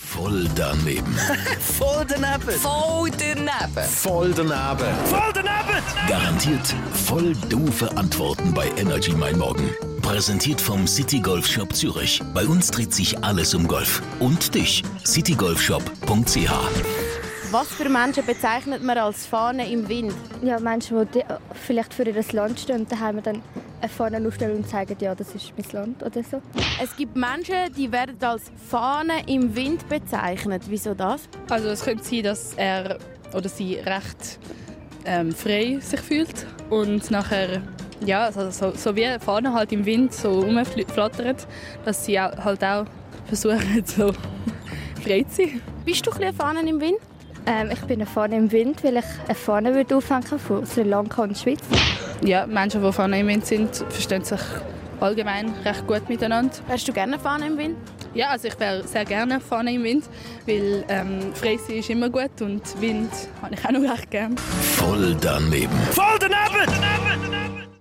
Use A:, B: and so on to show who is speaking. A: Voll daneben.
B: Voll daneben.
C: Voll daneben.
A: Voll daneben.
B: Voll daneben.
A: Garantiert voll doofe Antworten bei Energy Mein Morgen. Präsentiert vom City Golf Shop Zürich. Bei uns dreht sich alles um Golf. Und dich, citygolfshop.ch.
D: Was für Menschen bezeichnet man als Fahne im Wind?
E: Ja, Menschen, die di- vielleicht für ihr Land stehen und daheim dann eine Fahne aufstellen und zeigen, ja, das ist mein Land oder so.
D: Es gibt Menschen, die werden als Fahne im Wind bezeichnet. Wieso das?
F: Also es könnte sein, dass er oder sie recht ähm, frei sich fühlt und nachher ja also so, so wie vorne halt im Wind so rumflattert, dass sie auch, halt auch versuchen so frei zu sein.
D: Bist du ein bisschen eine Fahne im Wind?
E: Ähm, ich bin eine Fahne im Wind, weil ich eine Fahne würde aufhängen von Sri Lanka und Schweiz.
F: Ja, Menschen, die vorne im Wind sind, verstehen sich allgemein recht gut miteinander.
D: Wärst du gerne eine Fahne im Wind?
F: Ja, also ich wäre sehr gerne vorne im Wind, weil ähm, frei sein ist immer gut und Wind habe ich auch noch recht gerne.
A: Voll daneben.
B: Voll daneben.